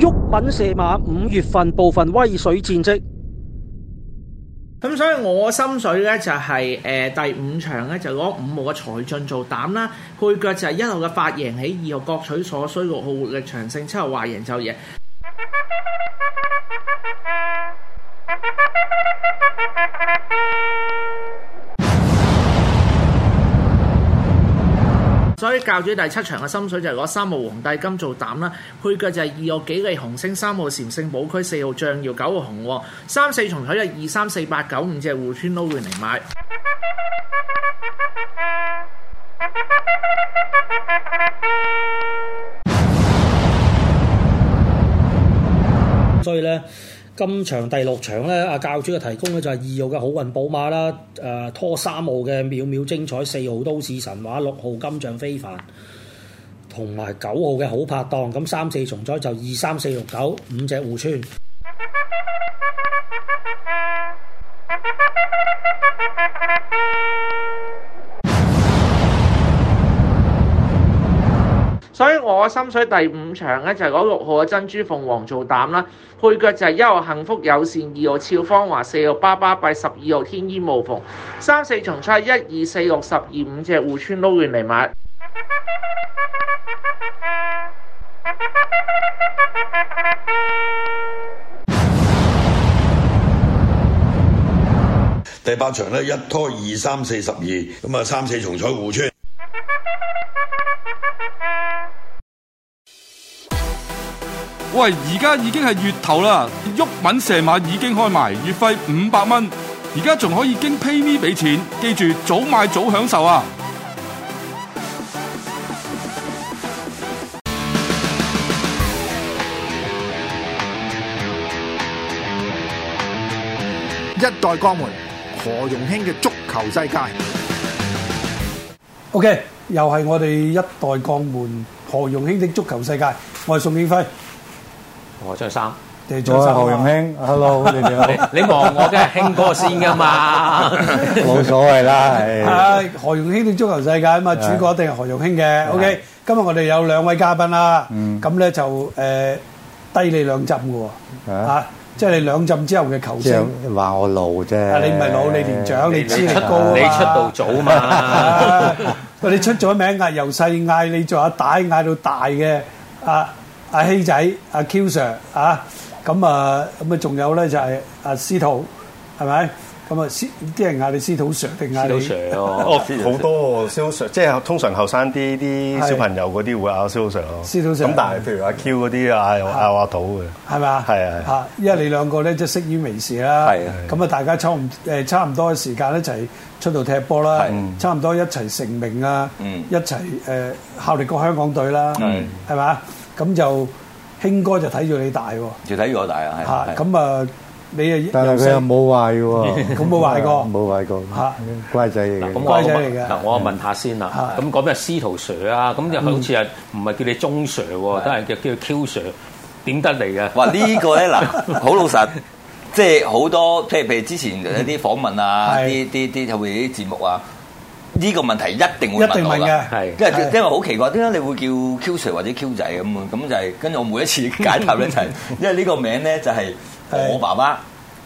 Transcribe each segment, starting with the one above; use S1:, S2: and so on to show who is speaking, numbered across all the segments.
S1: 鬱敏射馬五月份部分威水戰績。
S2: 咁所以我心水咧就係、誒、第五場咧就攞五號嘅財進做膽啦，配腳就係一號嘅發贏起，二號各取所需，六號活力長勝，七號話贏就贏。所以教主第七場嘅心水就係攞三號皇帝金做膽啦，配腳就係二號幾利紅星、三號禪聖寶區、四號象耀、九號紅喎，三四重彩就二三四八九五隻互村撈亂嚟買。
S1: 所以咧，今場第六場咧，阿教主嘅提供咧就係二號嘅好運寶馬啦，誒、拖三號嘅秒秒精彩，四號都市神話，六號金像非凡，同埋九號嘅好拍檔。咁三四重彩就二三四六九五隻互穿。
S2: 所以我心水第五場咧就係攞六號嘅珍珠鳳凰做膽啦，配腳就係一號幸福友善，二號俏芳華，四號巴巴閉，十二號天衣無縫，三四重彩一二四六十二五隻互村撈亂嚟買。
S3: 第八場咧一拖二三四十二，咁啊三四重彩互穿。
S4: 喂，而家已經係月頭啦，鬱敏射馬已經開埋，月費五百蚊，而家仲可以經 PayMe 俾錢，記住早買早享受啊！
S5: 一代鋼門何容興嘅足球世界。
S6: OK，又係我哋一代鋼門何容興的足球世界，我係宋景輝，
S7: 我張三，
S6: 你係張
S8: 我係
S6: 生啊
S8: 何容興，hello，你 哋好，
S7: 你望我梗係興哥先噶嘛，
S8: 冇所謂啦，係
S6: 啊，何容興的足球世界啊嘛，主角一定係何容興嘅。OK，今日我哋有兩位嘉賓啦，
S8: 嗯
S6: 咁咧就誒低你兩浸嘅喎，
S8: 啊
S6: 啊，即係你兩浸之後嘅球
S8: 即
S6: 星，
S8: 係話我老啫。
S6: 啊，你唔係老，你年長，你
S7: 你
S6: 資
S7: 出
S6: 歷高啊嘛
S7: 你出道早 嘛，
S6: 啊你出咗名啊，由細嗌你做阿大，嗌到大嘅阿阿希仔、阿 Q Sir 啊，咁啊咁啊，仲有咧就係阿司徒，係咪？咁啊，司啲人嗌你司徒 Sir 定嗌
S7: 到
S6: 你
S7: Sir 哦，
S9: 哦，好多喎蕭 Sir，即係通常後生啲啲
S6: 係
S9: 小朋友嗰啲會嗌蕭 Sir 咯。
S6: 蕭 Sir
S9: 咁但係譬如阿 Q 嗰啲啊，又嗌阿土嘅。
S6: 係咪啊？
S9: 係係
S6: 啊，因為你兩個咧即係識於微時啦，
S8: 係啊
S6: 咁啊，大家差唔誒差唔多嘅時間一齊出道踢波啦，差唔多一齊成名啊，一齊誒效力過香港隊啦，係咪啊？咁就興哥就睇住你大喎。
S10: 就睇住我大啊，
S6: 嚇
S10: 係。
S6: 咁啊，你啊，
S8: 但係佢又冇壞 喎，
S6: 佢冇壞過
S8: 冇壞過
S6: 嚇，
S8: 乖仔嚟
S7: 嗱
S8: 嘅
S7: 咁。我
S6: 乖仔嚟嘅
S7: 問嗱，我問下先啦。
S6: 係
S7: 咁講咩司徒 Sir 啊？咁又
S4: 嗯
S7: 好似係唔係叫你鐘 Sir 喎，都係叫叫 Q Sir，點得嚟嘅？
S10: 哇！呢個咧嗱， 好老實，即係好多，即係譬如之前一啲訪問啊，
S6: 係
S10: 啲啲啲會啲節目啊，呢個問題一定會
S6: 一定
S10: 問我
S6: 問嘅
S10: 㗎。
S7: 係
S10: 因為
S6: 係
S10: 因為好奇怪，點解你會叫 Q Sir 或者 Q 仔咁啊？咁就係跟住我每一次解答 咧就係，因為呢個名咧就係我爸爸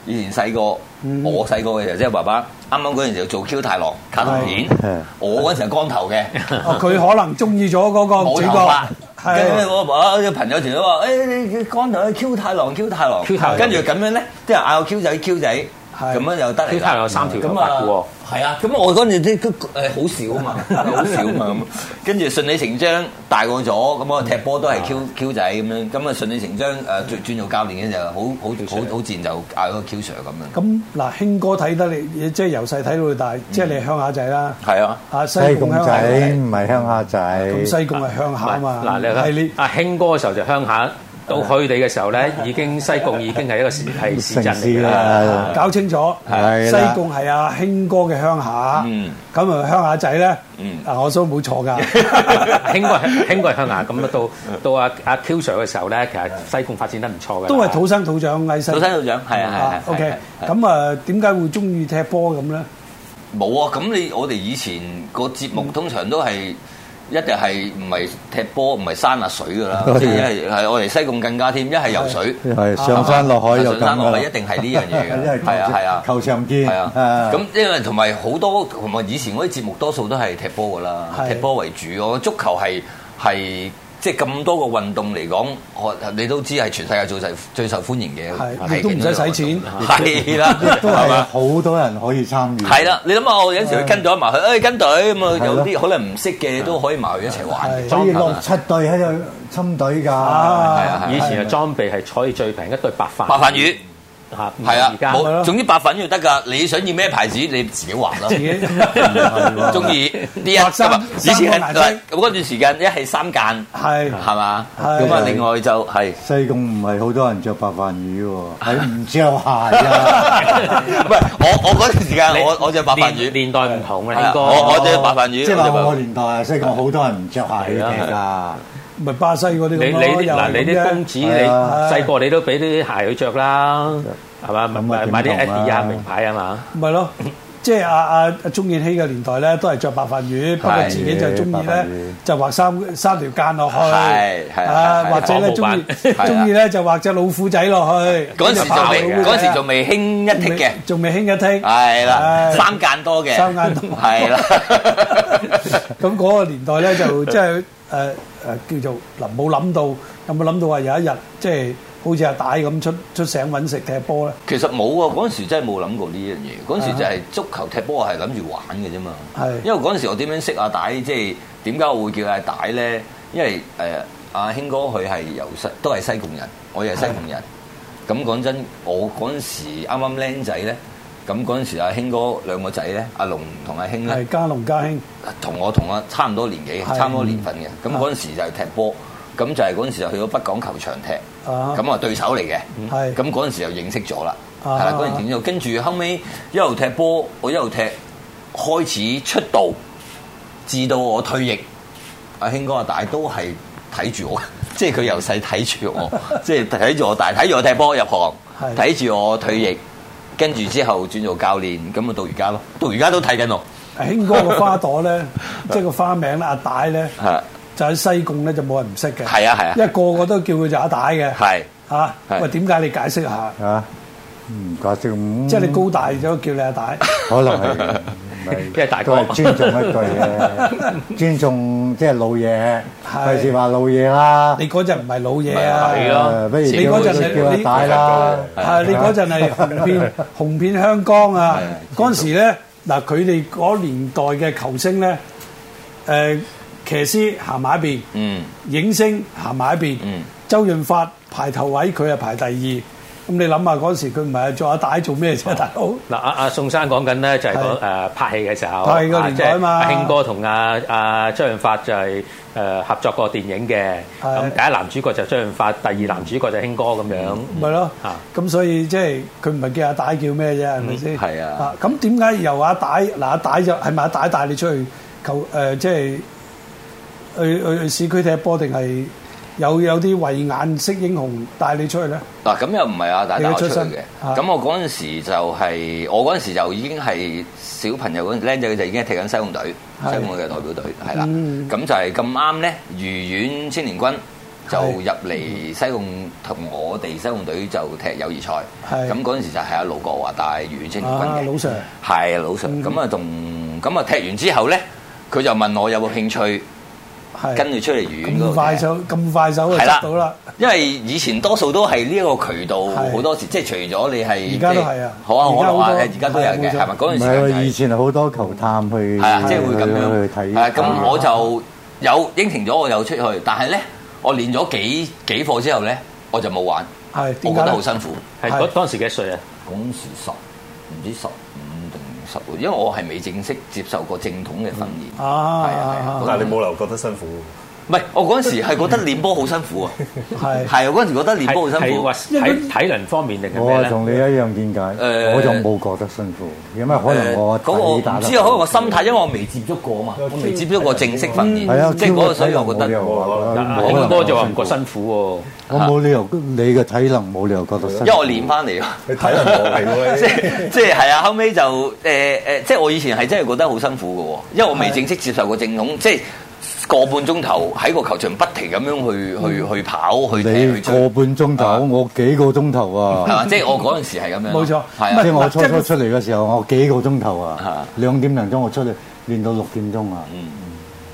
S10: 以前細個，我 細個嘅時候即係爸爸啱啱嗰陣時候做 Q 太郎卡通片
S8: 係，
S10: 我嗰陣時係光頭嘅。
S6: 哦佢可能中意咗嗰個
S10: 冇
S6: 主
S10: 頭
S6: 角
S10: 髮，。跟
S6: 係
S10: 住我我有朋友團都話：，誒、你光頭去 Q 太郎，Q 太郎
S7: Q 太郎
S10: 跟住咁樣咧，啲人嗌我 Q 仔，Q 仔，
S6: 係
S10: 咁樣又得嚟啦。
S7: Q 太郎有三條頭髮
S10: 咁啊
S7: 嘅喎
S10: 係啊，咁我嗰陣啲都誒好少啊嘛，好少啊嘛咁。跟住順理成章大個咗，咁我踢波都係 Q Q 仔咁樣，咁啊順理成章誒轉轉做教練嘅就好好好好自然就嗌個 Q Sir 咁樣。
S6: 咁嗱，興哥睇得你，即係由細睇到你大，即係你係鄉下仔啦。
S10: 係啊，
S6: 啊，西
S8: 西
S6: 貢鄉
S8: 貢仔
S6: 下仔，
S8: 唔係鄉下
S6: 咁西
S8: 仔，
S6: 貢係鄉下啊嘛。
S7: 嗱，你
S6: 係你
S7: 睇阿興哥嘅時候就鄉下，到佢哋嘅時候咧，已經西貢已經係一個市係市鎮
S8: 城
S7: 嚟
S8: 市
S7: 㗎啦。
S8: 啦，
S6: 搞清楚，
S8: 係
S6: 西
S8: 啦
S6: 貢係阿興哥嘅鄉下
S10: 嗯，
S6: 咁啊鄉下仔咧
S10: 嗯，
S6: 啊我都冇錯㗎，
S7: 興哥係興哥係鄉下，咁啊到到阿阿 Q Sir 嘅時候咧，其實西貢發展得唔錯嘅，
S6: 都係土生土長喺西
S10: 早生。隊長係啊係啊
S6: 啊。
S10: 係啊係
S6: OK，
S10: 啊係啊
S6: 咁啊點解會中意踢波咁咧？
S4: 嗯
S10: 冇啊！咁你我哋以前個節目通常都係一定係唔係踢波唔係山下水㗎啦，
S9: 係啊
S10: 即係一係係我哋西貢更加添，一係游水，
S9: 係上山落海又
S10: 上山落海
S9: 咁㗎啦
S10: 一定係呢樣嘢
S9: 因為
S10: 嘅，
S9: 球
S10: 係啊係啊，
S9: 球場見
S10: 係啊
S9: 啊，
S10: 咁因為同埋好多同埋以前嗰啲節目多數都係踢波㗎啦，
S6: 係
S10: 踢波為主，我覺得足球係係。即係咁多個運動嚟講，我你都知係全世界最受最受歡迎嘅，
S6: 係亦都唔使使錢，
S10: 係啦，
S9: 亦 都
S10: 係
S9: 係
S10: 嘛
S9: 好多人可以參與。
S10: 係啦，你諗下，我有陣時去跟隊埋去，誒跟隊咁啊，有啲可能唔識嘅都可以埋去一齊玩
S9: 係，
S10: 嘅。
S9: 所以六七隊喺度侵隊㗎。
S6: 啊
S10: 係啊，
S7: 以前嘅裝備係可以最平一對白飯
S10: 白飯魚
S7: 嚇，唔
S10: 係
S7: 係
S10: 啊
S7: 而，家
S10: 冇總之白粉要得㗎。你想要咩牌子，你自己畫啦。中意呢一
S6: 畫三
S10: 咁啊 以前
S6: 三個顏色
S10: 係咁嗰段時間，一係三間
S6: 係
S10: 係嘛，
S6: 係
S10: 咁啊另外就係。
S9: 西貢唔係好多人着白飯魚 喎，係唔着鞋啊！
S10: 唔係我我嗰段時間，我我隻白飯
S7: 年
S10: 魚，
S7: 年代唔同
S10: 係
S7: 啦，
S10: 啊
S7: 應該
S10: 我我隻白飯
S9: 即
S10: 魚，
S9: 係話
S10: 我
S9: 我
S10: 隻白飯魚啊
S9: 年代啊，西貢好多人唔着鞋嘅
S7: 係
S9: 㗎。
S6: 咪巴西嗰啲
S7: 你
S6: 咁
S7: 你啲
S6: 咯又係
S7: 嗱你
S6: 咁
S7: 啲
S6: 啫
S7: 公子你
S9: 係啊
S7: 細個你都俾啲鞋佢着啦，係嘛？
S9: 咁啊
S7: 買
S9: 點
S7: 買啲
S9: 同啊
S7: Adidas 啊名牌啊嘛，
S6: 咪咯，即係阿阿阿鍾燕希嘅年代咧，都係着白飯魚，不過自己就中意
S9: 白飯
S6: 咧
S9: 魚
S6: 就畫三三條間落去，
S10: 係係
S6: 啊，
S10: 係
S6: 或者咧
S7: 係
S6: 中意
S10: 係啊
S6: 中意咧就畫只老虎仔落去，
S10: 嗰陣時就未
S6: 跟住
S10: 嗰
S6: 畫
S10: 陣時就未興一剔嘅。
S6: 仲未仲未興一剔，
S10: 係啦，
S6: 係
S10: 三間多嘅，
S6: 三間多
S10: 係 啦，
S6: 咁嗰個年代咧 就即係誒誒叫做嗱冇諗到，有冇諗到話有一日即係好似阿大咁出出省揾食踢波咧？
S10: 其實冇啊，嗰陣時真係冇諗過呢樣嘢。嗰陣時就係足球踢波，我係諗住玩嘅啫嘛。
S6: 係
S10: 因為嗰陣時我點樣識阿大，即係點解我會叫阿大咧？因為誒阿興哥佢係由西都係西貢人，我又係西貢人。咁講真，我嗰陣時啱啱僆仔咧，咁嗰陣時阿興哥兩個仔咧，阿龍同阿興咧
S6: 係。家龍家興，
S10: 同我同我差唔多年紀，
S6: 係
S10: 差唔多年份嘅。咁嗰陣時就係踢波，咁就係嗰陣時就去咗北港球場踢，
S6: 啊
S10: 咁啊對手嚟嘅。
S6: 係
S10: 咁嗰陣時就認識咗啦，
S6: 啊
S10: 係啦嗰陣時就跟住後尾一路踢波，我一路踢，開始出道，至到我退役，阿興哥阿大都係睇住我，即係佢由細睇住我， 即係睇住我大，睇住我踢波入行
S6: 係，
S10: 睇住我退役，跟住之後轉做教練，咁啊到而家咯，到而家都睇緊我，
S6: 興哥個花朵 咧，即係個花名咧，阿大咧。
S10: 係
S6: 就喺西貢咧就冇人唔識嘅，
S10: 係啊係啊
S6: 因為個個都叫佢就阿大嘅，
S10: 係。
S6: 嚇
S10: 係
S6: 喂點解你解釋下？
S9: 啊，唔怪得咁，
S6: 即係你高大咗叫你阿大，
S9: 可能係，唔 係
S7: 因為大
S9: 都
S7: 哥
S9: 係尊重一句嘅，尊重即係老嘢，
S6: 係
S9: 費事話老嘢啦。
S6: 你嗰陣唔係老嘢啊，
S7: 係咯
S9: 誒不如
S6: 你
S9: 叫
S6: 嗰
S9: 佢
S6: 陣
S9: 叫
S6: 係
S9: 阿
S6: 你
S9: 大啦，
S6: 係你嗰陣係紅 遍紅遍香港啊！嗰陣時咧嗱，佢哋嗰年代嘅球星咧，誒騎師行埋一邊，
S10: 嗯，
S6: 影星行埋一邊，
S10: 嗯
S6: 周潤發排頭位，佢係排第二。咁你諗下嗰陣時佢唔係做阿大做咩啫，大佬？
S7: 嗱阿阿宋生講緊咧就係講誒拍戲嘅時候，
S6: 拍戲個年代啊嘛
S7: 啊即係阿興哥同阿阿周潤發就係誒合作過電影嘅，
S6: 係
S7: 咁第一男主角就周潤發，第二男主角就興哥咁樣。
S6: 咪咯
S7: 啊，
S6: 咁所以即係佢唔係叫阿大叫咩啫，係咪先？
S10: 係啊，
S6: 咁點解由阿大嗱阿大就係咪阿大帶你出去求誒、呃即係去去去市區踢波定係有有啲慧眼識英雄帶你出去咧？
S10: 嗱咁又唔係啊，大打我出去嘅。
S6: 你嘅出身
S10: 咁我嗰陣時就係、我嗰陣時就已經係小朋友嗰陣僆仔就已經係踢緊西貢隊，西
S6: 係
S10: 貢嘅代表隊係啦。咁、
S6: 嗯
S10: 就係咁啱咧，愉園青年軍就
S6: 係
S10: 入嚟西貢同我哋西貢隊就踢友誼賽。
S6: 係
S10: 咁嗰陣時就係阿盧國華帶愉園青年軍
S6: 啊
S10: 嘅。，
S6: 老 Sir
S10: 係啊，老 Sir。
S6: 嗯
S10: 咁啊，同咁啊踢完之後咧，佢就問我有冇興趣
S6: 係
S10: 跟住出嚟愉園嗰度
S6: 咁
S10: 踢
S6: 快手咁快手就
S10: 係啦
S6: 執到啦，
S10: 因為以前多數都係呢一個渠道，
S6: 係
S10: 好多時即係除咗你係
S6: 而家都係啊
S10: 即係可口可樂啊，
S6: 而
S10: 而家
S6: 家好多
S10: 都有嘅，
S6: 係冇錯
S10: 係咪？
S9: 唔
S10: 嗰陣
S9: 係喎，以
S10: 時
S9: 前好多球探去，
S10: 係啊，即係會咁樣
S9: 去睇。
S10: 係啊咁我就有應承咗，我有出去，但係咧，我練咗幾幾課之後咧，我就冇玩，
S6: 係
S10: 我
S6: 點
S10: 覺得
S6: 解呢
S10: 好辛苦。
S7: 係
S6: 係
S7: 嗰當時嘅歲啊，
S10: 嗰陣時十唔知十五定十六，因為我係未正式接受過正統嘅訓練。
S6: 啊
S10: 係啊係啊
S11: 但係你冇留覺得辛苦，
S10: 唔係，我嗰陣時係覺得練波好辛苦啊！
S6: 係
S10: 係啊，嗰陣時覺得練波好辛
S7: 係
S10: 苦
S7: 話。體體能方面定係
S9: 我
S7: 咩
S9: 啊
S7: 咧？
S9: 同你一樣見解，
S10: 誒
S9: 我就冇覺得辛苦，因為可能我
S10: 誒嗰個
S9: 睇打
S10: 唔
S9: 得
S10: 知啊，可能我心態，因為我未接觸過啊嘛，
S7: 嗯
S10: 我未接觸過正式訓
S9: 係啊
S10: 練，，即係嗰個，所以我覺得
S9: 我
S7: 嗱阿興哥就話唔覺辛苦
S9: 我冇理由，你嘅體能冇理由覺得辛苦。
S10: 因為我練翻嚟啊，
S11: 你睇能我係喎，
S10: 即係即係係啊，後尾就誒誒，即係我以前係真係覺得好辛苦嘅喎，因為我未正式接受過正統，即係個半鐘頭喺個球場不停咁樣去
S9: 嗯
S10: 去去跑去踢去
S8: 你
S10: 追，
S8: 個半鐘頭，我幾個鐘頭
S10: 係嘛
S8: 啊？
S10: 即係我嗰陣時係咁樣。
S8: 冇錯
S10: 係啊，
S8: 即係我初初出嚟嘅時候，我幾個鐘頭啊，兩點零鐘我出嚟，練到六點鐘啊，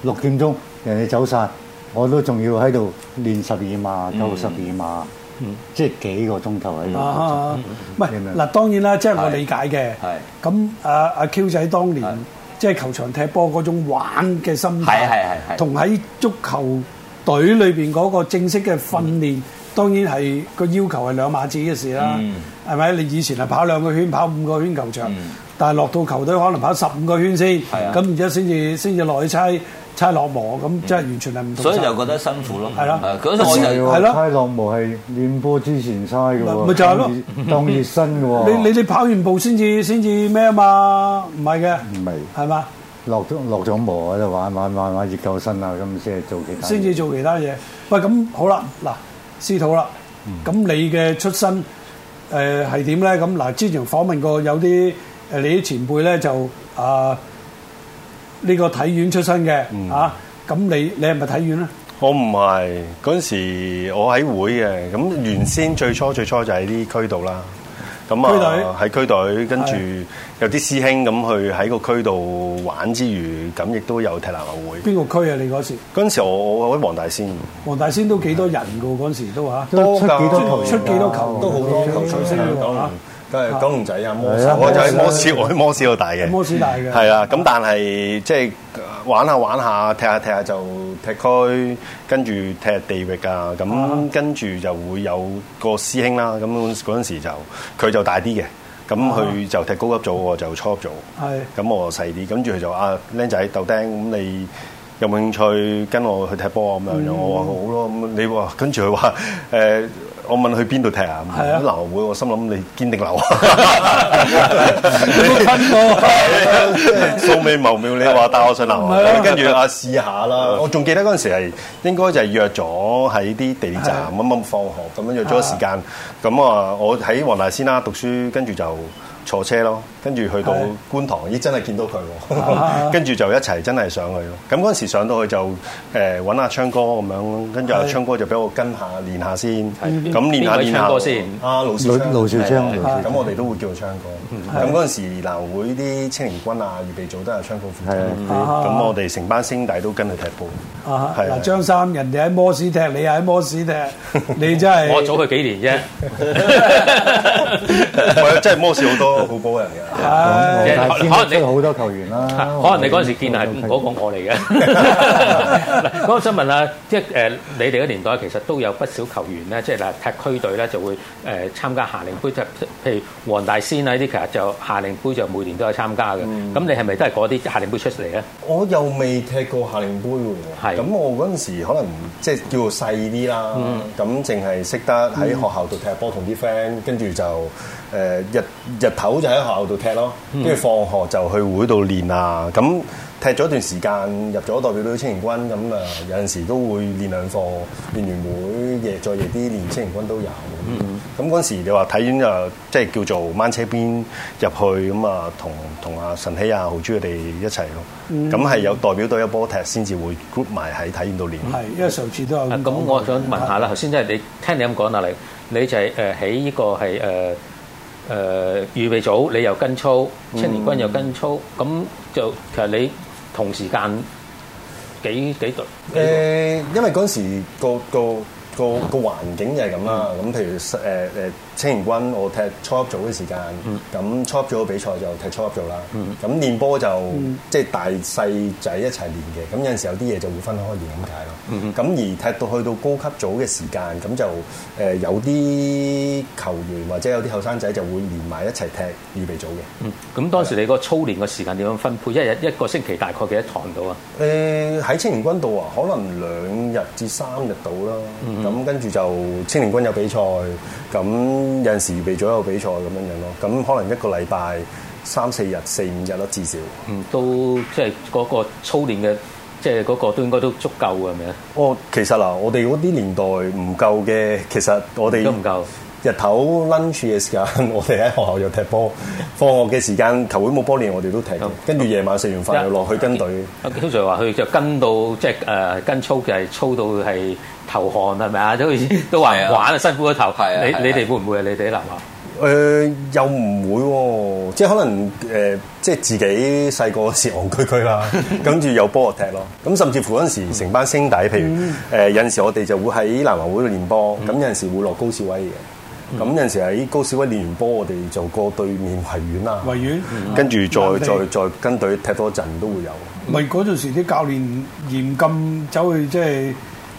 S8: 六點鐘人哋走晒，我都仲要喺度練十二碼、九十二碼，即係幾個鐘頭喺度。
S6: 啊，唔係嗱，當然啦，即係我理解嘅。
S10: 係
S6: 咁啊阿 Q 仔當年即係球場踢波嗰種玩嘅心
S10: 係
S6: 態，
S10: 係係係
S6: 同喺足球隊裏邊嗰個正式嘅訓練，當然係個要求係兩碼子嘅事啦
S10: 嗯。
S6: 係咪？你以前係跑兩個圈，跑五個圈球場，但係落到球隊可能跑十五個圈先，
S10: 係啊
S6: 咁然之後先至先至落去猜猜落磨，咁即係完全係唔同晒。
S10: 所以就覺得辛苦咯。
S6: 係咯
S10: 啊嗰陣我
S8: 係
S10: 就
S8: 喎，猜落模係練波之前猜嘅喎，
S6: 咪就係咯
S8: 當熱當熱身嘅
S9: 哦
S6: 你
S8: 喎。
S6: 你哋跑完步先至先至咩啊嘛？唔係嘅，
S8: 唔係
S6: 係嘛？
S8: 落咗落咗磨喺度玩玩玩玩熱夠身啊，咁先係做其他嘢。
S6: 先至做其他嘢。喂，咁好啦，嗱，司徒啦，
S9: 嗯
S6: 咁、你嘅出身誒係點咧？咁嗱，之前訪問過有啲誒、呃你啲前輩咧就啊呢、個體院出身嘅、啊，咁你你係咪體院咧？
S9: 嗯我唔係嗰陣時，我喺會嘅。咁原先最初最初就喺啲區度啦。咁啊喺區隊，跟住
S6: 係
S9: 有啲師兄咁去喺個區度玩之餘，咁亦都有踢籃球會。
S6: 邊個區啊？你嗰時
S9: 嗰陣時我我喺黃大仙，
S6: 黃大仙都幾多人嘅喎，嗰陣時都嚇。
S8: 都出幾多球
S9: 多㗎
S6: 出幾多球
S9: 都好多球
S6: 球星
S9: 係
S6: 嘅喎
S9: 九龍
S6: 嚇，
S9: 梗係九龍仔啊，摩
S8: 係啊
S9: 斯，我就喺
S6: 摩
S9: 摩
S6: 斯
S9: 斯，我喺摩斯度大嘅。
S6: 摩斯大嘅。
S9: 係啦，咁但係即係玩下玩下，踢下踢下就踢區，跟住踢地域啊，咁跟住就會有個師兄啦，咁嗰陣時就佢就大啲嘅，咁
S6: 啊
S9: 佢就踢高級組，我就初級組，
S6: 係
S9: 咁我細啲，跟住佢就話啊，僆仔豆丁，咁你。有冇興趣跟我去踢波啊咁
S6: 嗯
S9: 樣樣？我話好咯，咁你話跟住佢話 誒，我問去邊度踢啊？咁
S6: 係啊
S9: 樣流會，我心諗你堅定流 啊！
S6: 冇分喎。
S9: 素未謀面，你話帶我上樓
S6: 唔係啊，
S9: 跟住啊試下 啦。我仲記得嗰陣時係應該就係約咗喺啲地鐵站啱啱放學咁樣約咗時間。咁啊，我喺黃大仙啦讀書，跟住就坐車咯，跟住去到
S6: 係
S9: 觀塘，咦真係見到佢
S6: 啊
S9: 喎， 跟住就一齊真係上去咯。咁嗰陣時上到去就誒揾阿昌哥咁樣，跟住阿
S6: 係
S9: 昌哥就俾我跟下練下先，咁練下
S7: 邊位
S9: 練下
S7: 昌哥 先
S9: 啊盧
S8: 盧
S9: 少昌啊
S8: 盧兆昌，嗯盧兆
S9: 咁我哋都會叫佢唱歌。咁嗰陣時，南會啲青年軍啊、預備組都係唱歌負責。
S8: 係啊
S9: 咁我哋成班兄弟都跟佢踢波。
S6: 啊！
S9: 係
S6: 嗱，張三人哋喺摩斯踢，你喺摩斯踢，你真係
S7: 我早佢幾年
S9: 唔係
S7: 啫。
S9: 真係摩士好多好波人嘅。
S6: 唉
S8: 咁黃大仙
S7: 可能你
S8: 出好多球員啦，
S9: 啊
S7: 可能你嗰陣時見係嗰個我嚟嘅。嗱咁我想問下，即係誒你哋嘅年代其實都有不少球員咧，即係嗱踢區隊咧就會誒參加夏令杯，即係譬如黃大仙啊呢啲，其實就夏令杯就每年都有參加嘅。咁你係咪都係嗰啲夏令杯出嚟 咧？
S9: 我又未踢過夏令杯喎
S7: 係
S9: 咁我嗰陣時可能即係叫做細啲啦，咁淨係識得喺學校度踢波同啲 friend，跟住就誒、呃日日頭就喺學校度踢咯，跟住放學就去會度練啊，咁。踢咗一段時間，入咗代表隊青年軍，咁啊有陣時都會練兩課，練完會夜再夜啲練青年軍都有。咁嗰陣時你話體院就即係叫做掹車邊入去咁啊，同同阿晨曦啊、豪珠佢哋一齊咯。咁係、有代表隊一波踢先至會 group 埋喺體院度練。
S6: 係，因為上次都有
S7: 啊咁
S6: 講過
S7: 我想問下啦，頭先即係你聽你咁講啦，你你就係誒喺呢個係誒誒預備組，你又跟操，青年軍又跟操，咁就其實你同時間幾幾隊？
S9: 誒、因為嗰陣時個個個個環境就係咁啦。咁譬如誒誒、青年軍，我踢初級組嘅時間，
S7: 嗯
S9: 咁、初級組嘅比賽就踢初級組啦。咁、練波就、
S7: 嗯
S9: 即係大細仔一齊練嘅。咁有陣時有啲嘢就會分開
S7: 嗯
S9: 練咁解咯。咁、而踢到去到高級組嘅時間，咁就誒、有啲球員或者有啲後生仔就會連埋一齊踢預備組嘅。
S7: 嗯咁當時你個操練嘅時間點樣分配？一日一個星期大概幾多堂到啊？
S9: 誒喺、青年軍度啊，可能兩日至三日到啦。咁、跟住就青年軍有比賽，咁有陣時備咗有比賽咁樣樣咯。咁可能一個禮拜三四日、四五日咯，至少。
S7: 嗯，都即係嗰個操練嘅，即係嗰個都應該都足夠嘅，係咪啊？
S9: 哦，其實嗱，我哋嗰啲年代唔夠嘅，其實我哋
S7: 都唔夠。
S9: 日頭 lunch 嘅時間，我哋喺學校又踢波；放學嘅時間，球會冇波練，我哋都踢嘅。跟住夜晚食完飯又落去跟隊。
S7: 阿 Q Sir 話佢就跟到即係誒跟操就係操到係頭汗係咪啊？都都話唔玩啊，辛苦個頭。
S10: 啊係啊
S7: 你你哋會唔會啊？你哋男校？
S9: 誒、呃又唔會喎、即係可能誒、呃即係自己細個嗰時戇居居啦， 跟住有波就踢咯。咁甚至乎嗰陣時成班兄弟，譬如誒、呃有陣時我哋就會喺南華會度練波，咁、有陣時會落高士威嘅。咁有陣時喺高士威練完波，我哋就過對面維園啦，
S6: 維園
S9: 跟住再
S6: 南
S9: 再
S6: 地
S9: 再跟隊踢多陣都會有。
S6: 咪嗰陣時啲教練嚴禁走去即係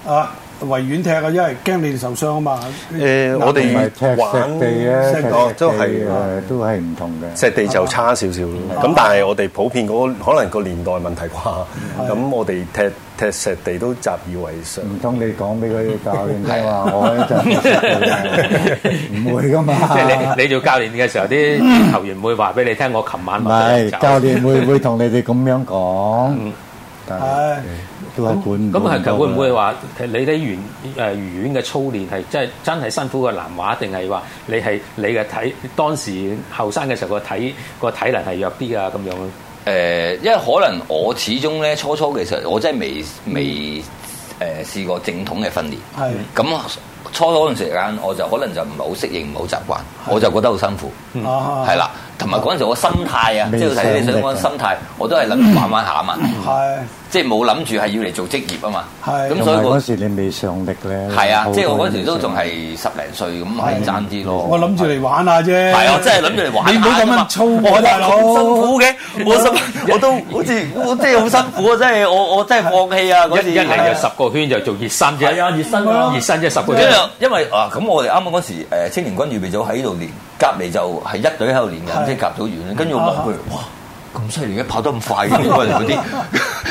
S6: 啊維園踢啊，因為驚你哋受傷啊嘛。
S9: 誒、呃我
S8: 唔係
S9: 哋
S8: 踢石地啊咧，踢
S9: 哦
S8: 石
S9: 都
S8: 地
S9: 係。
S8: 誒都係唔同嘅。
S9: 石地就差少少
S10: 嗯
S9: 咯。咁但係我哋普遍嗰、個可能個年代問題啩，
S10: 嗯
S9: 咁我哋踢踢石地都習以為常。
S8: 唔通你講俾佢教練聽 話，我咧就唔會噶嘛？
S7: 即係你你做教練嘅時候，啲球員會話俾你聽，我琴晚
S8: 唔
S7: 落咗
S8: 係
S7: 酒
S8: 教練會會同你哋咁樣講，
S10: 嗯
S8: 但係都係管唔
S7: 咁係
S8: 到
S7: 會唔會
S8: 啦
S7: 話你啲原誒愉園嘅操練係真係真係辛苦過南華，定係話你係你嘅體當時後生嘅時候個體個體能係弱啲啊咁樣咯？
S10: 誒、因為可能我始終咧初初其實我真係未未誒、試過正統嘅訓練，
S6: 係
S10: 咁初初嗰段時間我就可能就唔係好適應，唔係好習慣，我就覺得好辛苦，
S7: 嗯
S6: 啊
S10: 係啦、同埋嗰陣時我心態啊，
S8: 未
S10: 即係睇你
S8: 上
S10: 想
S8: 力
S10: 講
S8: 嘅
S10: 心態，我都係諗住玩玩下啊嘛，
S6: 係
S10: 即係冇諗住係要嚟做職業啊嘛，
S6: 係
S10: 咁
S8: 同
S10: 所以
S8: 埋
S10: 我
S8: 嗰時你未上力咧，
S10: 係啊，即係我嗰時
S8: 時
S10: 都仲係十零歲咁，係爭啲咯。
S6: 我諗住嚟玩下啫。
S10: 係啊，我真係諗住嚟玩
S6: 你唔好咁樣啊操我大佬。
S10: 咁辛苦嘅，我心我都好似我真係好辛苦啊！真係我我真係放棄啊！嗰次
S7: 一一嚟就十個圈就做熱身啫，
S10: 係啊熱身
S7: 咯，
S10: 啊
S7: 熱身啫十個
S10: 因
S7: 圈
S10: 為。因為啊，咁我哋啱啱嗰時誒青年軍預備組喺度練，隔離就係一隊喺度練嘅，即係甲組完。跟住我望佢，哇！咁犀利嘅，跑得咁快嘅，點解嗰啲？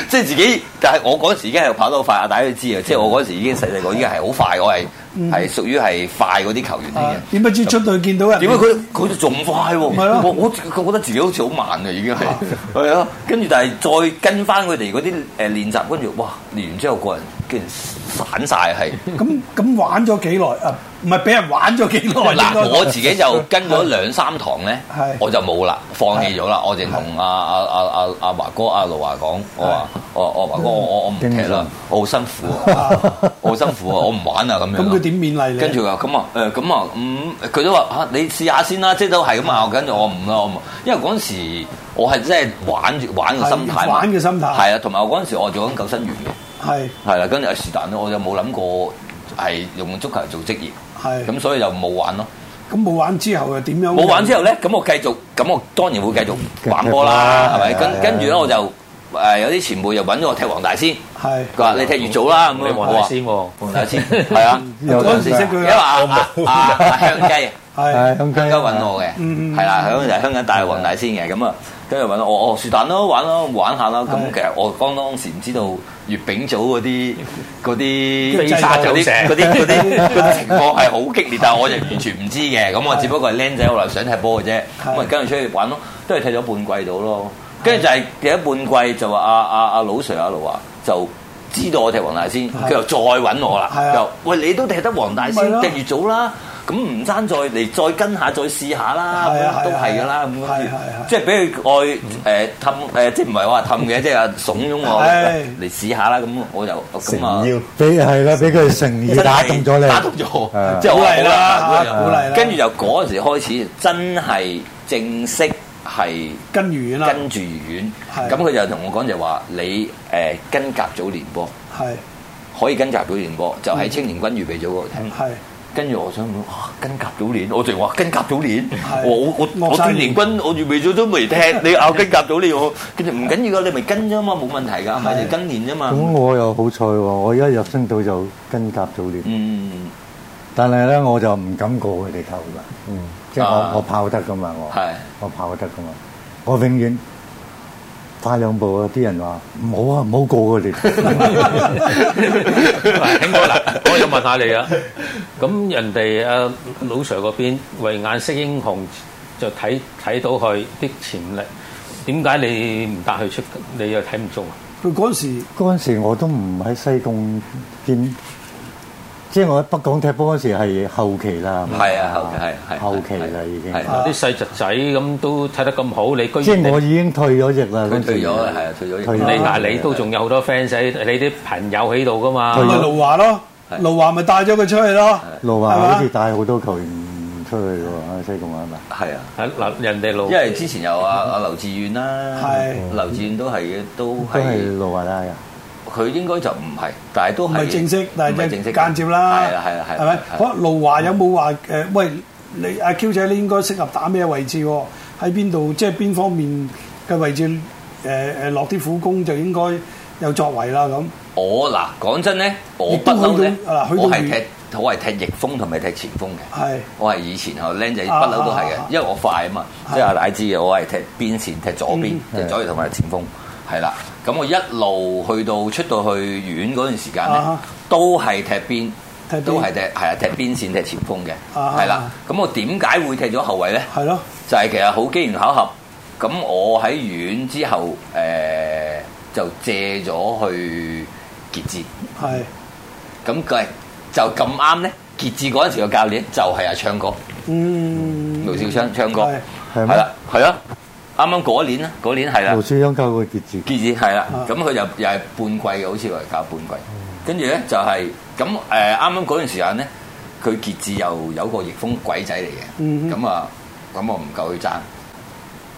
S10: 即係自己，但係我嗰時已經係跑得好快，啊！大家都知啊，即係我嗰時已經細細個已經係好快，我係係屬於係快嗰啲球員嚟嘅
S6: 啊。點不知出到去見到人？
S10: 點解佢佢仲快喎？
S6: 係咯
S10: 我我覺得自己好似好慢啊，已經係係啊。跟住但係再跟翻佢哋嗰啲誒練習，跟住哇練完之後個人竟然散晒係。
S6: 咁咁玩咗幾耐啊？唔係俾人玩咗幾耐？應該
S10: 嗱，我自己就跟咗兩三堂咧
S6: 係，
S10: 我就冇啦，放棄咗啦。我就同阿阿阿阿阿華哥阿盧華講，我話我我華哥我我我唔踢啦，我好辛苦啊，我好辛苦啊，我唔玩啊咁樣。
S6: 咁佢點勉勵你？
S10: 跟住佢話咁啊，誒咁啊，嗯，佢都話嚇你試下先啦，即係都係咁拗。跟住我唔啦，我唔，因為嗰陣時我係真係玩住玩個心態嘛，
S6: 係玩嘅心態
S10: 係啊，同埋我嗰陣時我做緊救生員嘅，
S6: 係
S10: 係啦，跟住誒是但啦，我就冇諗過係用足球做職業，
S6: 係
S10: 咁所以就冇玩咯。
S6: 咁冇玩之後又點樣？
S10: 冇玩之後咧，咁我繼續，咁我當然會繼續玩波啦，係啊咪？跟跟住咧我就誒有啲前輩又揾咗我踢黃大仙，
S6: 係
S10: 佢哦話你踢乙組啦，咁
S7: 你
S10: 樣
S7: 黃大仙喎，
S10: 我話黃大仙係啊，
S8: 有
S6: 嗰陣時識
S10: 因
S6: 佢
S10: 為啊啊啊香雞。
S6: 係
S8: 係咁
S10: 香
S8: 計
S10: 港揾我嘅，
S6: 嗯嗯
S10: 係啦，響就係香港大黃大仙嘅，咁啊，跟住揾我，我我是但咯，玩咯，玩下啦。咁
S6: 係
S10: 其實我剛當時唔知道月餅組嗰啲嗰啲
S7: 飛沙走石
S10: 嗰啲嗰啲嗰啲情況係好激烈，但係我就完全唔知嘅。咁我只不過係僆仔，我嚟想踢波嘅啫。咁啊，跟住出去玩咯，都係踢咗半季到咯。跟住就係踢咗半季，就話阿阿阿老 Sir 阿盧華啊就。知道我踢黃大仙，佢又再揾我啦，
S6: 嗯係啊
S10: 又喂你都踢得黃大
S6: 咪
S10: 仙，
S6: 咯
S10: 踢越早啦，咁唔爭再嚟再跟下再試下啦，
S6: 係啊係啊
S10: 都係噶啦，
S6: 係啊
S10: 咁啊
S6: 係係
S10: 即係俾佢愛誒氹誒，即係唔係話氹嘅，即係話慫恿我
S6: 係
S10: 嚟試下啦，咁我就咁啊
S9: 成。腰
S8: 俾係啦，俾佢誠意打動咗你，
S10: 打動咗，
S9: 啊
S8: 係
S10: 哦即係我
S6: 鼓勵啦
S10: 好
S6: 鼓勵啦
S10: 跟住就嗰陣時開始，真係正式係
S6: 跟魚啦，
S10: 跟住愉園。
S6: 係
S10: 咁佢就同我講就話，你誒跟甲組練波，
S6: 係
S10: 可以跟甲組練波，就喺青年軍預備組嗰度踢。
S6: 係
S10: 跟住我想講，哇！跟甲組練，我仲話跟甲組練
S6: 係，
S10: 我我我
S6: 惡
S10: 我
S6: 晒
S10: 青年軍我預備咗都未踢，你拗跟甲組練我，跟住唔緊要噶，啊你咪跟啫嘛，冇問題噶，咪你跟練啫
S8: 咁
S10: 嘛。
S8: 我又好彩喎，我一入升到就跟甲組練，
S10: 嗯，
S8: 但係咧我就唔敢過佢哋頭㗎，嗯，即係
S10: 啊
S8: 我我跑得㗎嘛，我
S10: 係
S8: 我跑得㗎嘛，我永遠快兩步啊！啲人話唔好啊，唔好過 佢哋。
S7: 興哥嗱，我又問下你啊，咁人哋阿老 Sir 嗰邊慧眼識英雄，就睇睇到佢啲潛力，點解你唔帶佢出？你又睇唔中啊？
S6: 佢嗰陣時
S8: 嗰陣時我都唔喺西貢見，即係我喺北港踢波嗰時係後期啦，
S10: 係啊，後期係係
S8: 後期啦已經。
S10: 係
S8: 啊
S7: 啲細侄仔咁都睇得咁好，你居
S8: 即
S7: 然
S8: 係我
S7: 你
S8: 已經退咗役啦，嗰時
S10: 佢退咗啦，係啊，退咗。
S8: 退
S7: 你
S8: 咗
S7: 嗱你都仲有好多 fans 喺你啲朋友喺度噶嘛？
S8: 係啊
S6: 盧華咯，盧華咪帶咗佢出去咯，
S8: 路
S6: 係
S8: 華
S6: 嘛
S8: 好似帶好多球員出去喎，喺西貢係咪？
S10: 係啊。
S7: 啊嗱人哋路
S10: 因為之前有阿阿劉志遠啦
S6: 係，
S10: 劉志遠都係嘅，都
S8: 都
S10: 係
S8: 係路華拉啊！
S10: 佢應該就唔係，但係都
S6: 唔
S10: 係
S6: 係正式，但
S10: 唔係
S6: 係
S10: 正式
S6: 間接啦，
S10: 係啦係啦係啦
S6: 係咪？
S10: 係
S6: 好，盧華有冇話誒？喂，你阿 Q 仔，你應該適合打咩位置喎？喺邊度？即係邊方面嘅位置？誒誒，落啲苦功就應該有作為啦咁。
S10: 我嗱講真咧，我
S6: 亦
S10: 不
S6: 都
S10: 嬲咧
S6: 去，到啊去到
S10: 我係
S6: 遠
S10: 踢我係踢逆風同埋踢前鋒嘅。
S6: 係
S10: 我係以前後僆仔不
S6: 啊
S10: 嬲都係嘅
S6: 啊啊，
S10: 因為我快啊嘛，即係阿奶知嘅，我係踢邊線踢左邊，
S8: 嗯
S10: 踢左翼同埋前鋒，係啦。咁我一路去到出到去院嗰段時間咧
S6: 啊，
S10: 都係踢
S6: 踢
S10: 邊，
S6: 邊
S10: 都係踢係啊踢邊線踢前鋒嘅，
S6: 啊
S10: 係啦。咁我點解會踢咗後衞咧？
S6: 係咯，
S10: 就係其實好機緣巧合。咁我喺院之後，誒、就借咗去傑志，
S6: 係
S10: 咁佢就咁啱咧。傑志嗰陣時個教練就係阿昌哥，
S6: 嗯，
S10: 盧少昌昌哥，
S6: 係
S8: 係
S10: 係
S8: 咩
S10: 啦，係啊，啱啱嗰年啦，啊嗰年係啦
S8: 盧，少央教過傑志，
S10: 傑志係啦
S6: 啊，
S10: 咁佢就又係半季嘅，好似話教半季，跟住咧就係咁誒，啱啱嗰段時間咧，佢傑志又有個逆風鬼仔嚟
S6: 嗯
S10: 嘅，咁啊，咁我唔夠佢爭，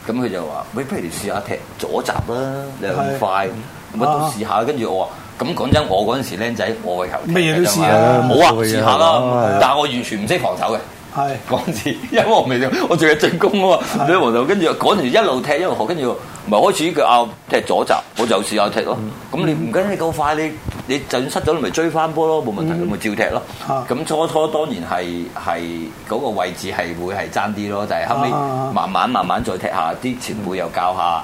S10: 咁佢就話：喂，不如試下踢左閘啦，你又咁快，咁啊都
S6: 啊
S10: 試下。跟住我話：咁講真，我嗰陣時僆仔，我嘅球踢
S6: 乜嘢都
S10: 嘅啫嘛
S6: 試啊
S10: 好啊，
S8: 冇嘢
S10: 試下啦
S8: 啊，
S10: 但係我完全唔識防守嘅。
S6: 係
S10: 嗰陣時，因為我未到，我仲有進攻啊嘛，你黃豆跟住嗰陣時一路踢一路學，跟住咪開始佢拗踢左閘，我就試下踢咯。咁你唔緊要你夠快，你你就算失咗，你咪追翻波咯，冇
S6: 嗯
S10: 問題，咁咪照踢咯
S6: 啊。
S10: 咁初初當然係係嗰個位置係會係爭啲咯，但係後尾
S6: 啊
S10: 慢慢慢慢再踢下，啲前輩又教下。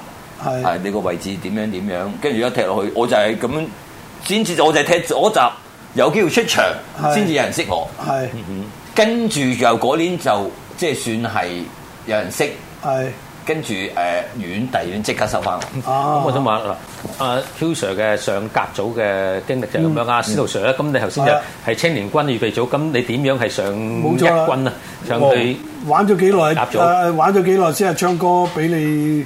S6: 係
S10: 係你個位置點樣點樣，跟住一踢落去，我就係咁樣，先至我就係踢左閘，有機會出場，
S6: 係
S10: 先至有人識我。
S6: 係
S10: 跟住又嗰年就即係算係有人識，
S6: 係
S10: 跟住誒院第二院即刻收翻我。
S7: 咁我
S6: 啊
S7: 想問嗱，阿 Q Sir 嘅上甲組嘅經歷就係咁樣啊，司徒 Sir 咧，咁你頭先就
S6: 嗯係啊
S7: 係青年軍預備組，咁你點樣係上
S6: 冇
S7: 一
S6: 錯啦
S7: 軍啊？上去
S6: 玩咗幾耐？
S7: 夾咗
S6: 誒，玩咗幾耐先係昌哥俾你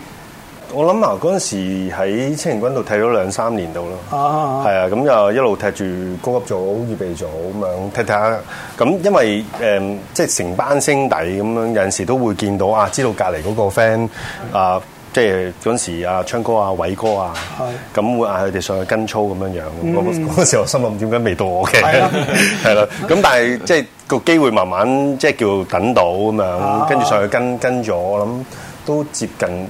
S9: 我諗啊，嗰陣時喺青年軍度踢咗兩三年度咯。
S6: 啊？
S9: 係啊，咁就一路踢住高級組、預備組咁樣踢踢下。咁因為誒、嗯即係成班兄弟咁樣，有陣時都會見到啊，知道隔離嗰個 friend 啊，即係嗰陣時啊，昌哥啊、偉哥啊，
S6: 係
S9: 咁會嗌佢哋上去跟操咁樣樣。咁嗰嗰時我心諗點解未到我嘅？
S6: 嗯係啊
S9: 係啦。咁但係即係個機會慢慢即係叫等到咁
S6: 啊
S9: 樣，跟住上去跟跟咗，我諗都接近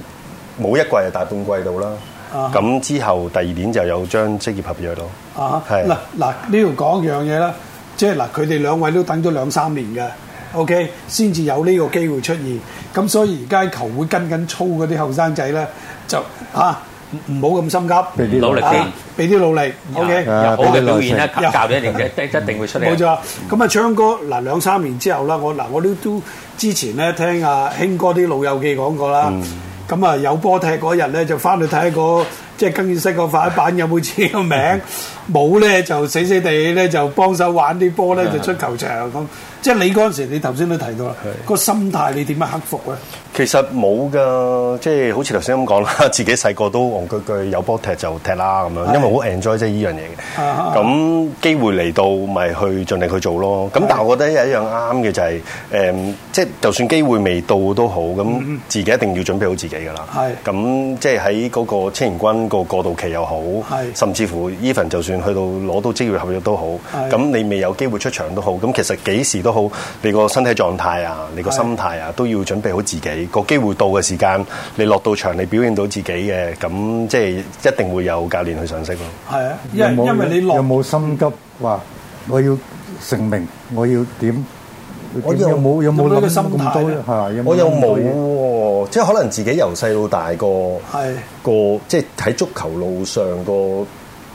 S9: 冇一季係大半季到啦。
S6: 啊
S9: 咁之後第二年就有張職業合約咯。
S6: 啊！嗱
S9: 係
S6: 嗱，呢度講一樣嘢啦，即係嗱，佢哋兩位都等咗兩三年嘅，OK，先至有呢個機會出現。咁所以而家球會跟緊操嗰啲後生仔咧，就嚇唔唔好咁心急，
S8: 俾啲
S7: 努力啲
S6: 啊俾啲努力，OK。
S8: 啊
S7: 有好嘅表現咧，
S6: 俾你耐性
S7: 教練一定一定一定會出嚟。
S6: 冇錯，咁啊，昌哥嗱兩三年之後啦，我嗱我都都之前咧聽阿興哥啲老友記講過啦，咁啊、有波踢嗰日咧就翻去睇個即係更衣室個塊板有冇自己個名，冇咧就死死地咧就幫手玩啲波咧就出球場咁，即係你嗰陣時你頭先都提到啦，個心態你點樣克服咧？
S9: 其實冇噶，即係好似頭先咁講啦， 自己細個都戇居居，有波踢就踢啦咁樣，因為好 enjoy 即係呢樣
S6: 啊
S9: 嘢嘅。咁機會嚟到，咪去盡力去做咯。咁但係我覺得有一樣啱嘅就係、誒，即係就算機會未到都好，咁自己一定要準備好自己噶啦。
S6: 嗯係
S9: 咁即係喺嗰個青年軍個過渡期又好
S6: 係，
S9: 甚至乎 even 就算去到攞到職業合約都好
S6: 係，
S9: 咁你未有機會出場都好，咁其實幾時都好，你個身體狀態啊，你個
S6: 係
S9: 心態啊，都要準備好自己。個機會到嘅時間，你落到場，你表現到自己嘅，咁即係一定會有教練去上色咯。
S6: 係啊，因
S8: 有
S6: 為
S8: 冇
S6: 因為你
S8: 有
S6: 落
S8: 冇心急話我要成名，我要點？
S9: 我
S8: 點有
S9: 又
S8: 冇有冇
S6: 有冇呢個
S8: 諗
S6: 心態
S8: 咁
S6: 啊
S8: 多
S6: 咧
S8: 咧？係有
S9: 我又
S8: 諗咁
S9: 冇
S8: 多嘢
S9: 喎，即係可能自己由細到大個
S6: 係
S9: 個，即係喺足球路上個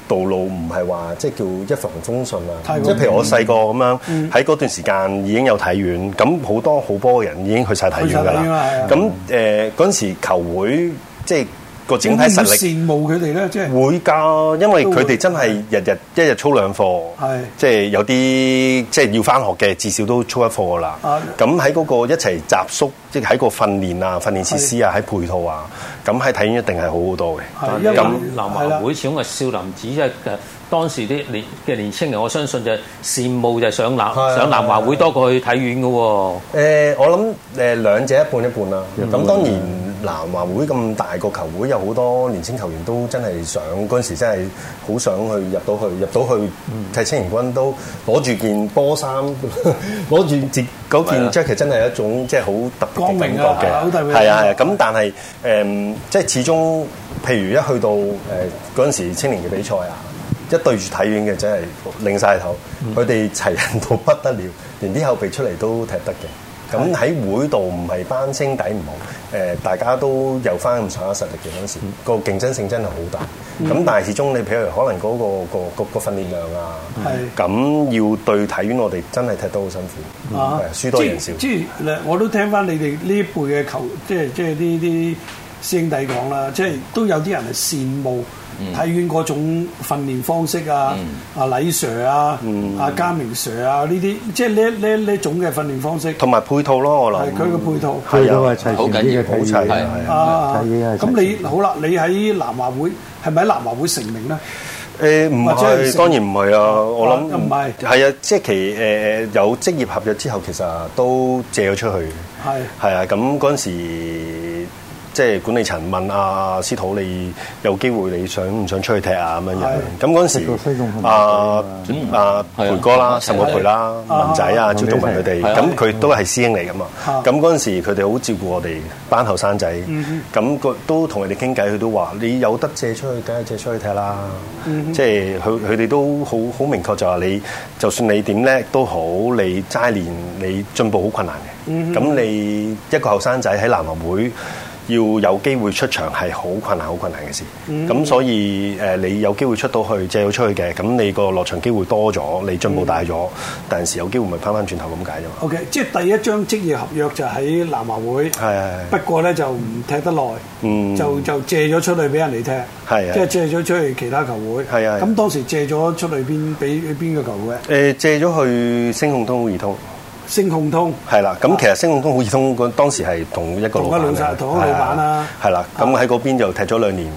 S9: 道路唔係話即係叫一帆風順
S6: 太過
S9: 啊。即係譬如我細個咁樣，喺嗰段時間已經有體院，咁好多好波嘅人已經去晒體院㗎啊
S6: 去晒體院啦係啊
S9: 啦。咁誒嗰陣時球會即係個整體實力
S6: 好羨慕佢哋咧，即係
S9: 會㗎，因為
S6: 都
S9: 佢
S6: 會
S9: 哋真係日日一日操兩課
S6: 係，
S9: 即係有啲即係要翻學嘅，至少都操一課啦
S6: 啊。
S9: 咁喺嗰個一齊集宿，即係喺個訓練啊、訓練設施啊、喺配套啊，咁喺體院一定係好好多嘅。
S7: 但係流氓會始終係少林寺，即係誒當時啲年嘅年青人，我相信就係羨慕就係上南
S9: 係
S7: 上南華會多過去體院嘅喎。
S9: 誒、我諗誒、兩者一半一半啦。咁當然南華會咁大個球會，有好多年青球員都真係想嗰陣時真係好想去入到去，入到去踢青年軍都攞住件波衫， 攞住件嗰件 jacket 真係一啊種即係好特別
S6: 光
S9: 嘅
S6: 明
S9: 感
S6: 啊
S9: 覺嘅，
S6: 好特別
S9: 係啊係啊。咁但係誒、即係始終譬如一去到誒嗰陣時青年嘅比賽啊。一對住體院嘅真係擰晒頭，
S6: 嗯
S9: 佢哋齊人到不得了， 連啲後備出嚟都踢得嘅。咁喺會度唔係班兄弟唔好，誒、大家都有翻咁上下實力嘅嗰陣時，
S6: 嗯
S9: 個競爭性真係好大。咁、但係始終你譬如可能嗰、個個個個訓練量啊，
S6: 係
S9: 咁要對體院我哋真係踢得好辛苦，係
S6: 啊
S9: 啊，輸多贏少。
S6: 即係嗱我都聽翻你哋呢一輩嘅球，即係即係呢啲師兄弟講啦，即係都有啲人係羨慕體院嗰種訓練方式啊，啊禮 Sir 啊，啊嘉明 Sir 啊呢啲，即係呢呢呢種嘅訓練方式，
S9: 同埋配套咯，我諗啊
S6: 係佢嘅配套。
S8: 配到係齊全啲嘅
S9: 好
S8: 體
S9: 齊
S8: 院。
S9: 係啊
S6: 啊，
S8: 體院係齊
S6: 咁你好啦，你喺南華會係咪喺南華會成名咧？
S9: 誒唔
S6: 或者係
S9: 係，當然唔係啊！我諗
S6: 啊唔係
S9: 係啊，即係其誒誒有職業合約之後，其實都借咗出去嘅。
S6: 係
S9: 係啊，咁嗰陣時即係管理層問阿司徒你有機會你想唔想出去踢啊咁樣樣。
S6: 係
S9: 咁嗰陣
S8: 踢過西貢同
S9: 時
S8: 埋
S9: 阿
S10: 嗯
S9: 阿
S10: 係啊
S9: 培哥啦、陳浩培啦、
S6: 係啊
S9: 文仔啊、
S8: 啊
S9: 趙仲文佢哋，
S10: 係啊
S9: 咁佢都係師兄嚟噶嘛
S6: 啊。
S9: 咁嗰陣時佢哋好照顧我哋班後生仔，咁個都同佢哋傾偈，佢都話你有得借出去，梗係借出去踢啦。
S6: 嗯
S9: 即係佢佢哋都好好明確就話你，就算你點叻都好，你齋練你進步好困難
S6: 嗯
S9: 嘅。咁你一個後生仔喺南華會。要有機會出場係好困難、好困難嘅事。
S6: 嗯
S9: 咁、所以誒、你有機會出到去借到出去嘅，咁你個落場機會多咗，你進步大
S6: 嗯
S9: 咗，但係時有機會咪翻翻轉頭咁解啫嘛。
S6: OK，即係第一張職業合約就喺南華會，
S9: 係係
S6: 不過咧就唔踢得耐，
S9: 嗯
S6: 就就借咗出去俾人哋踢，
S9: 係啊
S6: 即係借咗出去其他球會，
S9: 係啊係
S6: 咁當時借咗出去邊俾邊個球會啊？
S9: 誒、借咗去星控通好易通，
S6: 星控通
S9: 係啦。咁其實星控通好易通嗰當時係同一個老
S6: 啊同一
S9: 闆
S6: 老細
S9: 嘅，
S6: 同一個老闆啦啊
S9: 係啦。咁喺嗰邊就踢咗兩年，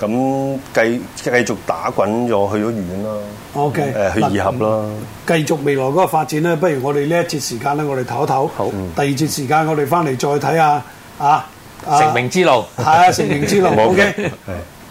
S9: 咁繼繼續打滾咗去咗院啦，
S6: ，OK，
S9: 誒、去
S6: 嗱
S9: 二合啦。
S6: 繼續未來嗰個發展咧，不如我哋呢一節時間咧，我哋唞一唞，好，第二節時間我哋翻嚟再睇下啊，啊
S7: 成名之路。
S6: 係啊，成名之路
S9: 冇嘅
S6: ，OK，
S9: 係